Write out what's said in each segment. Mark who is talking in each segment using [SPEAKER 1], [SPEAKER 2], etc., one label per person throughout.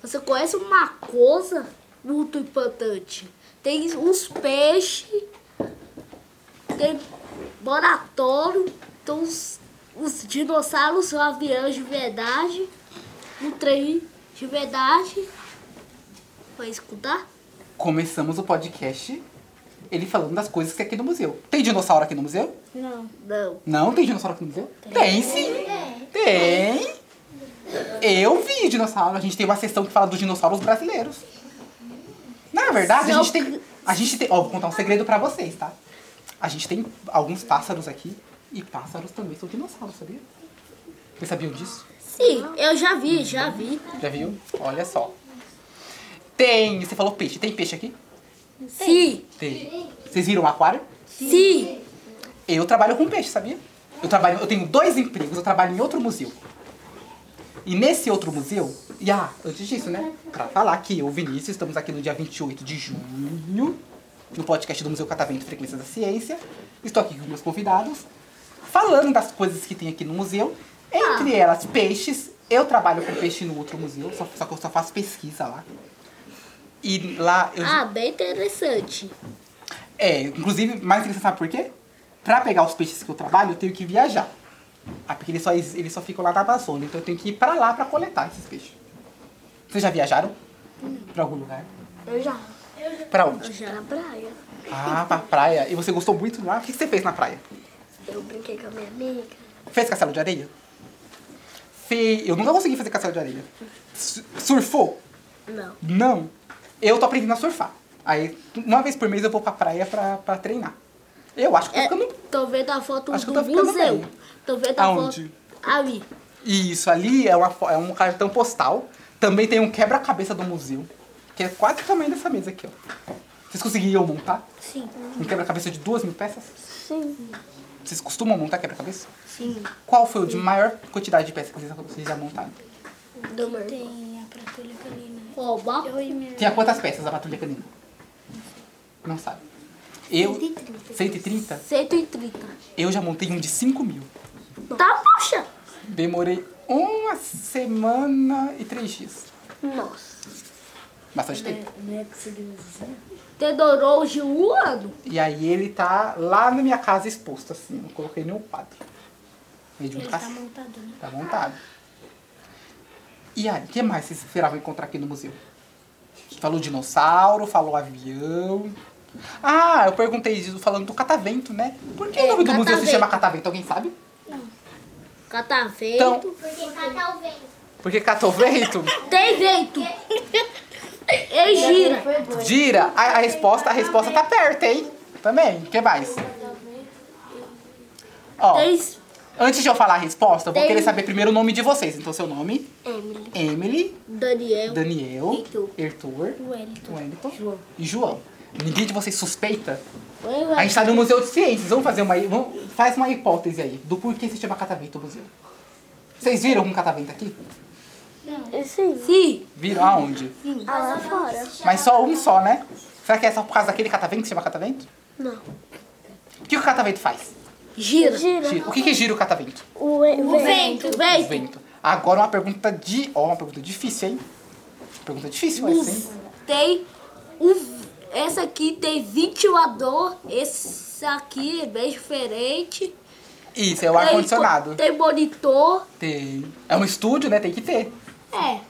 [SPEAKER 1] Você conhece uma coisa muito importante? Tem uns peixes, tem boratório, tem uns, uns dinossauros, um avião de verdade, um trem de verdade. Vai escutar?
[SPEAKER 2] Começamos o podcast ele falando das coisas que tem aqui no museu. Tem dinossauro aqui no museu?
[SPEAKER 1] Não. Não.
[SPEAKER 2] Não tem dinossauro aqui no museu? Tem, sim! Tem! Eu vi dinossauro. A gente tem uma sessão que fala dos dinossauros brasileiros. Na verdade, a
[SPEAKER 1] Seu
[SPEAKER 2] gente tem. A gente tem. Ó, vou contar um segredo pra vocês, tá? A gente tem alguns pássaros aqui. E pássaros também são dinossauros, sabia? Vocês sabiam disso?
[SPEAKER 1] Sim, eu já vi, já vi.
[SPEAKER 2] Já viu? Olha só. Tem. Você falou peixe. Tem peixe aqui?
[SPEAKER 1] Sim,
[SPEAKER 2] Tem. Vocês viram o aquário?
[SPEAKER 1] sim.
[SPEAKER 2] Eu trabalho com peixe, sabia? Eu trabalho, eu tenho dois empregos, eu trabalho em outro museu. E nesse outro museu, e ah, antes disso, né? Pra falar que eu, Vinícius, estamos aqui no dia 28 de junho, no podcast do Museu Catavento Frequências da Ciência. Estou aqui com meus convidados, falando das coisas que tem aqui no museu, entre elas peixes. Eu trabalho com peixe no outro museu, só, só que eu só faço pesquisa lá. E lá eu.
[SPEAKER 1] Ah, bem interessante.
[SPEAKER 2] É, inclusive, mais interessante, sabe por quê? Pra pegar os peixes que eu trabalho, eu tenho que viajar. Ah, porque eles só, ex- eles só ficam lá na Amazônia, então eu tenho que ir pra lá pra coletar esses peixes. Vocês já viajaram? Pra algum lugar?
[SPEAKER 1] Eu já.
[SPEAKER 2] Pra onde?
[SPEAKER 1] Eu já na praia.
[SPEAKER 2] Ah, pra praia. E você gostou muito lá? O que que você fez na praia?
[SPEAKER 1] Eu brinquei com a minha amiga.
[SPEAKER 2] Fez castelo de areia? Fe... Eu nunca consegui fazer castelo de areia. Su- Surfou?
[SPEAKER 1] Não.
[SPEAKER 2] Não. Eu tô aprendendo a surfar. Aí, uma vez por mês eu vou pra praia pra, pra treinar. Eu acho que tô
[SPEAKER 1] É,
[SPEAKER 2] ficando
[SPEAKER 1] tô vendo a foto
[SPEAKER 2] Acho que
[SPEAKER 1] do
[SPEAKER 2] eu tô ficando
[SPEAKER 1] museu.
[SPEAKER 2] bem.
[SPEAKER 1] Tô vendo a
[SPEAKER 2] Aonde?
[SPEAKER 1] foto. Ali.
[SPEAKER 2] E Isso, ali é, uma fo- é um cartão postal. Também tem um quebra-cabeça do museu, que é quase o tamanho dessa mesa aqui, ó. Vocês conseguiriam montar
[SPEAKER 1] Sim.
[SPEAKER 2] um quebra-cabeça de duas mil peças?
[SPEAKER 1] Sim.
[SPEAKER 2] Vocês costumam montar quebra-cabeça?
[SPEAKER 1] Sim.
[SPEAKER 2] Qual foi o de maior quantidade de peças que vocês- vocês já montaram?
[SPEAKER 1] Do meu irmão.
[SPEAKER 3] Tem a patrulha canina.
[SPEAKER 1] Roubar.
[SPEAKER 3] Eu e minha
[SPEAKER 2] Tinha quantas peças a patrulha canina? Não sabe. Eu.
[SPEAKER 3] 130.
[SPEAKER 2] 130?
[SPEAKER 1] 130.
[SPEAKER 2] Eu já montei um de 5 mil.
[SPEAKER 1] Tá, poxa.
[SPEAKER 2] Demorei uma semana e três dias.
[SPEAKER 1] Nossa.
[SPEAKER 2] Bastante tempo.
[SPEAKER 1] Demorou hoje um ano.
[SPEAKER 2] E aí ele tá lá na minha casa exposto, assim. Não coloquei nenhum quadro. Ele de um
[SPEAKER 3] Ele
[SPEAKER 2] tá,
[SPEAKER 3] tá montado, né?
[SPEAKER 2] tá montado. E aí, o que mais vocês esperavam encontrar aqui no museu? Falou dinossauro, falou avião. Ah, eu perguntei isso falando do catavento, né? Por que o
[SPEAKER 1] É,
[SPEAKER 2] nome do museu se
[SPEAKER 1] catavento.
[SPEAKER 2] chama catavento? Alguém sabe?
[SPEAKER 1] Catavento.
[SPEAKER 2] Então-
[SPEAKER 4] Porque cata o vento.
[SPEAKER 2] Porque catavento
[SPEAKER 1] Tem vento. Ele gira.
[SPEAKER 2] gira. A, a resposta, a resposta tá perto, hein? Também. O que mais? Ó,
[SPEAKER 1] Tem...
[SPEAKER 2] antes de eu falar a resposta, eu vou
[SPEAKER 1] Tem-
[SPEAKER 2] querer saber primeiro o nome de vocês. Então, seu nome?
[SPEAKER 1] Emily.
[SPEAKER 2] Emily,
[SPEAKER 1] Daniel.
[SPEAKER 2] Daniel,
[SPEAKER 1] Heitor.
[SPEAKER 2] Heitor,
[SPEAKER 3] Wellington.
[SPEAKER 2] Wellington e João. Ninguém de vocês suspeita?
[SPEAKER 1] Vai,
[SPEAKER 2] A
[SPEAKER 1] vai.
[SPEAKER 2] gente tá no Museu de Ciências. Vamos fazer uma. Vamos, faz uma hipótese aí do porquê se chama catavento o museu. Vocês viram um catavento aqui?
[SPEAKER 1] Sim.
[SPEAKER 2] Viram aonde?
[SPEAKER 3] Ah, lá fora.
[SPEAKER 2] Mas só um só, né? Será que é só por causa daquele catavento que se chama catavento?
[SPEAKER 1] Não.
[SPEAKER 2] O que o catavento faz?
[SPEAKER 1] Gira.
[SPEAKER 2] Gira. O que, que gira o catavento?
[SPEAKER 3] O,
[SPEAKER 1] O vento.
[SPEAKER 2] O
[SPEAKER 1] Vento.
[SPEAKER 2] vento. Agora uma pergunta de. Ó, uma pergunta difícil, hein? Pergunta difícil essa, hein?
[SPEAKER 1] Tem um. Essa aqui tem ventilador. Esse aqui é bem diferente.
[SPEAKER 2] Isso, é o ar-condicionado.
[SPEAKER 1] Tem, tem monitor.
[SPEAKER 2] Tem. É um estúdio, né? Tem que ter.
[SPEAKER 1] É.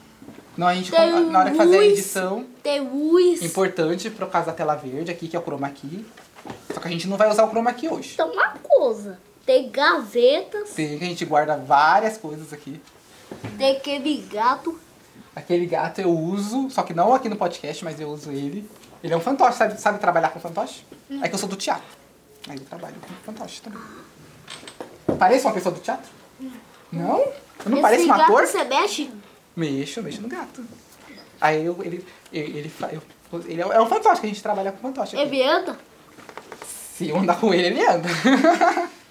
[SPEAKER 2] Não, a gente,
[SPEAKER 1] Tem um
[SPEAKER 2] quando- Tipo, na hora de fazer a
[SPEAKER 1] luz.
[SPEAKER 2] edição,
[SPEAKER 1] Tem luz.
[SPEAKER 2] importante por causa da tela verde aqui, que é o chroma key. Só que a gente não vai usar o chroma key hoje.
[SPEAKER 1] Tem Então, uma coisa. Tem gavetas.
[SPEAKER 2] Tem que a gente guarda várias coisas aqui.
[SPEAKER 1] Tem aquele gato.
[SPEAKER 2] Aquele gato eu uso, só que não aqui no podcast, mas eu uso ele. Ele é um fantoche, sabe, sabe trabalhar com fantoche?
[SPEAKER 1] Hum.
[SPEAKER 2] É que eu sou do teatro. Aí eu trabalho com fantoche também. Pareço uma pessoa do teatro? Não? Eu não
[SPEAKER 1] Hum. Esse
[SPEAKER 2] pareço um
[SPEAKER 1] gato
[SPEAKER 2] ator?
[SPEAKER 1] Você mexe?
[SPEAKER 2] Mexo, eu mexo no gato. Aí eu, ele, ele, ele, fa- eu- ele é um fantoche, que a gente trabalha com fantoche. aqui.
[SPEAKER 1] Ele anda.
[SPEAKER 2] Se eu andar com ele, ele anda.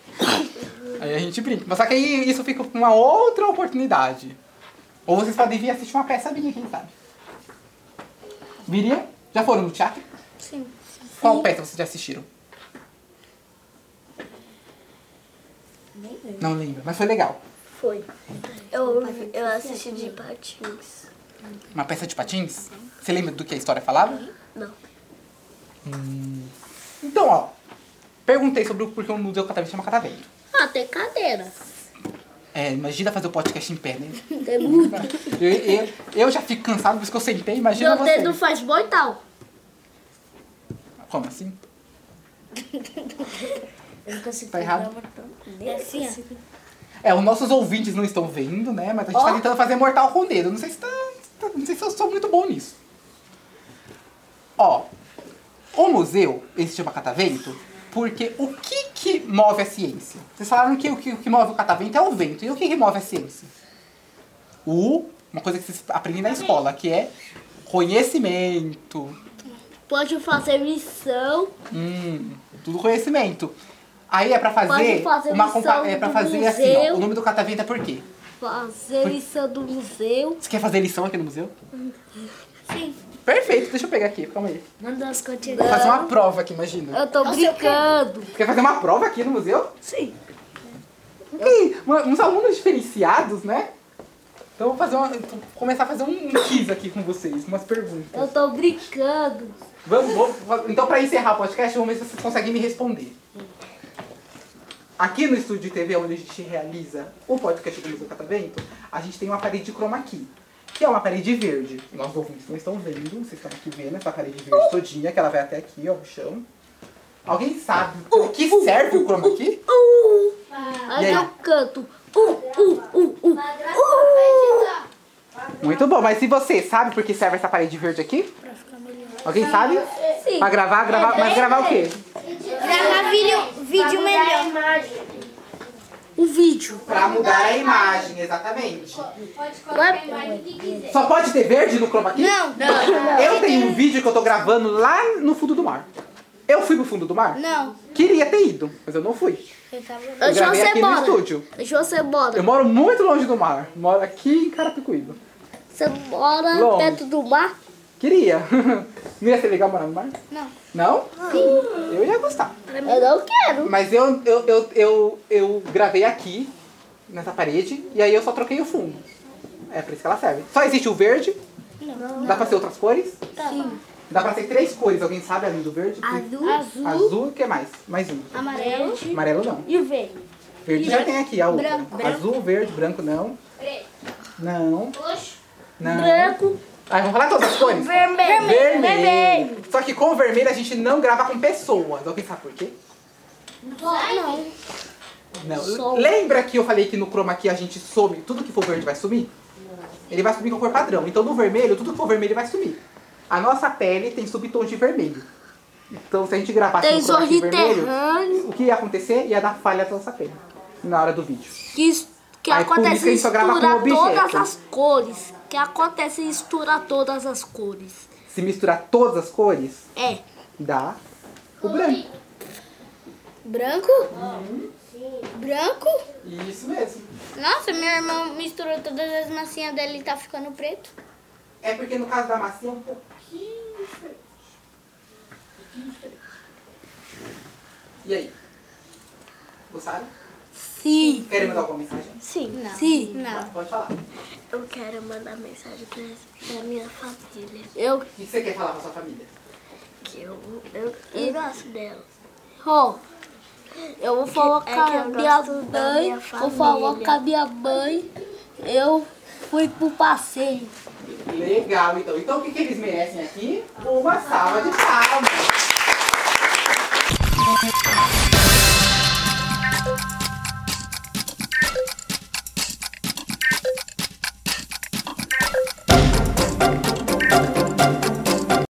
[SPEAKER 2] aí a gente brinca. Mas só que aí isso fica pra uma outra oportunidade. Ou vocês podem vir assistir uma peça minha, quem sabe? Viriam? Já foram no teatro?
[SPEAKER 3] Sim.
[SPEAKER 2] Qual peça vocês já assistiram?
[SPEAKER 1] Nem lembro.
[SPEAKER 2] Não lembro, mas foi legal.
[SPEAKER 1] Foi. Eu, eu assisti de patins.
[SPEAKER 2] Uma peça de patins? Você lembra do que a história falava?
[SPEAKER 1] Não.
[SPEAKER 2] Então, ó. Perguntei sobre o porquê o Museu Catavento chama Catavento.
[SPEAKER 1] Ah, tem cadeira.
[SPEAKER 2] É, imagina fazer o podcast em pé, né?
[SPEAKER 1] Tem muito.
[SPEAKER 2] Eu, eu, eu já fico cansado porque eu sentei, imagina
[SPEAKER 1] Meu
[SPEAKER 2] você.
[SPEAKER 1] dedo faz boital.
[SPEAKER 2] Como assim?
[SPEAKER 3] Eu não consigo
[SPEAKER 2] Tá errado?
[SPEAKER 3] pegar o botão. É assim, ó.
[SPEAKER 2] É, os nossos ouvintes não estão vendo, né? Mas a gente
[SPEAKER 1] Ó.
[SPEAKER 2] tá tentando fazer mortal com o dedo. Não sei se tá, tá- Não sei se eu sou muito bom nisso. Ó, o museu, ele se chama catavento, porque o que que move a ciência? Vocês falaram que o que, o que move o catavento é o vento. E o que que move a ciência? O, uma coisa que vocês aprendem na escola, que é conhecimento.
[SPEAKER 1] Pode fazer missão.
[SPEAKER 2] Hum, tudo conhecimento. Aí é pra fazer,
[SPEAKER 1] Pode fazer
[SPEAKER 2] uma
[SPEAKER 1] lição
[SPEAKER 2] compa- é pra
[SPEAKER 1] do
[SPEAKER 2] fazer assim, ó.
[SPEAKER 1] museu.
[SPEAKER 2] O nome do catavento é por quê?
[SPEAKER 1] Fazer missão do museu.
[SPEAKER 2] Você quer fazer lição aqui no museu?
[SPEAKER 3] Sim.
[SPEAKER 2] Perfeito, deixa eu pegar aqui, calma aí.
[SPEAKER 3] Manda as
[SPEAKER 2] Vou
[SPEAKER 3] quantidades.
[SPEAKER 2] fazer uma prova aqui, imagina.
[SPEAKER 1] Eu tô
[SPEAKER 3] Nossa, eu
[SPEAKER 1] brincando.
[SPEAKER 2] Quer fazer uma prova aqui no museu?
[SPEAKER 3] Sim.
[SPEAKER 2] Ih, uma- uns alunos diferenciados, né? Então eu vou fazer uma, vou começar a fazer um um quiz aqui com vocês, umas perguntas.
[SPEAKER 1] Eu tô brincando.
[SPEAKER 2] Vamos, vou- então pra encerrar o podcast, vamos ver se vocês conseguem me responder. Aqui no estúdio de TV, onde a gente realiza o podcast do Museu Catavento, a gente tem uma parede de chroma key, que é uma parede verde. Nós ouvintes não estão vendo, vocês estão aqui vendo essa parede verde todinha, que ela vai até aqui, ó, o chão. Alguém sabe o que serve o chroma key?
[SPEAKER 1] Uh!
[SPEAKER 2] E
[SPEAKER 1] Aí
[SPEAKER 2] aí?
[SPEAKER 1] eu canto. Uh, uh, uh, uh.
[SPEAKER 2] Muito bom, mas se você sabe por que serve essa parede verde aqui? Alguém sabe?
[SPEAKER 1] Sim.
[SPEAKER 2] Pra gravar, gravar, mas gravar o quê?
[SPEAKER 3] Gravar vídeo, vídeo melhor.
[SPEAKER 1] O um vídeo.
[SPEAKER 2] Pra mudar a imagem, exatamente.
[SPEAKER 1] Vai-
[SPEAKER 2] Só pode ter verde no chroma key?
[SPEAKER 3] Não, não,
[SPEAKER 2] Eu tenho um vídeo que eu tô gravando lá no fundo do mar. Eu fui pro fundo do mar?
[SPEAKER 3] não.
[SPEAKER 2] Queria ter ido, mas eu não fui.
[SPEAKER 3] Eu tava...
[SPEAKER 2] Eu
[SPEAKER 1] Deixa
[SPEAKER 2] gravei
[SPEAKER 1] você
[SPEAKER 2] aqui no
[SPEAKER 1] bora.
[SPEAKER 2] estúdio.
[SPEAKER 1] Deixa você
[SPEAKER 2] Eu
[SPEAKER 1] bora.
[SPEAKER 2] moro muito longe do mar. Moro aqui em Carapicuíba.
[SPEAKER 1] Você mora
[SPEAKER 2] Longe.
[SPEAKER 1] perto do mar?
[SPEAKER 2] Queria. Não ia ser legal morar no mar?
[SPEAKER 3] Não.
[SPEAKER 2] Não? Sim. Eu ia gostar.
[SPEAKER 1] Eu não quero.
[SPEAKER 2] Mas eu, eu, eu, eu, eu gravei aqui, nessa parede, e aí eu só troquei o fundo. É pra isso que ela serve. Só existe o verde? Não. Dá pra ser outras cores?
[SPEAKER 3] tá
[SPEAKER 1] Sim.
[SPEAKER 2] Dá pra ser três cores. Alguém sabe além do verde?
[SPEAKER 1] Azul,
[SPEAKER 2] Azul, o que mais? Mais um.
[SPEAKER 3] Amarelo.
[SPEAKER 2] Amarelo não.
[SPEAKER 1] e verde.
[SPEAKER 2] Verde já tem aqui, a outra.
[SPEAKER 3] Branco. Branco.
[SPEAKER 2] Azul, verde, branco não. Não. Não.
[SPEAKER 1] Branco,
[SPEAKER 2] Aí vamos falar todas as cores?
[SPEAKER 1] vermelho.
[SPEAKER 2] Vermelho. Só que com o vermelho a gente não grava com pessoas. Alguém sabe por quê? Não.
[SPEAKER 1] Sol.
[SPEAKER 2] Lembra que eu falei que no chroma key a gente some, tudo que for verde vai sumir? Ele vai sumir com a cor padrão. Então no vermelho, tudo que for vermelho vai sumir. A nossa pele tem subtons de vermelho. Então se a gente gravar
[SPEAKER 1] Tem
[SPEAKER 2] no chroma key vermelho,
[SPEAKER 1] subterrâneo.
[SPEAKER 2] o que ia acontecer ia dar falha na nossa pele na hora do vídeo.
[SPEAKER 1] Que, is- que
[SPEAKER 2] Aí, por isso que
[SPEAKER 1] acontece
[SPEAKER 2] a gente só grava com
[SPEAKER 1] misturar todas
[SPEAKER 2] objetos.
[SPEAKER 1] as cores. Que acontece misturar todas as cores.
[SPEAKER 2] Se misturar todas as cores,
[SPEAKER 1] É.
[SPEAKER 2] dá o branco.
[SPEAKER 3] Branco? Branco?
[SPEAKER 2] Isso mesmo.
[SPEAKER 3] Nossa, meu irmão misturou todas as massinhas dele e tá ficando preto.
[SPEAKER 2] É porque no caso da maçã é um pouquinho diferente. Um E aí? Gostaram?
[SPEAKER 1] Sim.
[SPEAKER 2] Querem mandar alguma mensagem?
[SPEAKER 3] Sim. Não.
[SPEAKER 1] Sim.
[SPEAKER 3] Não.
[SPEAKER 2] Pode falar.
[SPEAKER 3] Eu quero mandar mensagem pra, pra minha família.
[SPEAKER 1] Eu,
[SPEAKER 2] O que você quer falar pra sua família?
[SPEAKER 3] Que eu, eu, eu gosto dela.
[SPEAKER 1] ó, eu vou falar
[SPEAKER 3] é
[SPEAKER 1] com
[SPEAKER 3] que
[SPEAKER 1] a
[SPEAKER 3] eu
[SPEAKER 1] minha
[SPEAKER 3] gosto da
[SPEAKER 1] mãe.
[SPEAKER 3] minha
[SPEAKER 1] vou falar
[SPEAKER 3] família.
[SPEAKER 1] com a minha mãe. Eu fui pro passeio.
[SPEAKER 2] Legal, então. Então o que, que eles merecem aqui? Uma salva de palmas.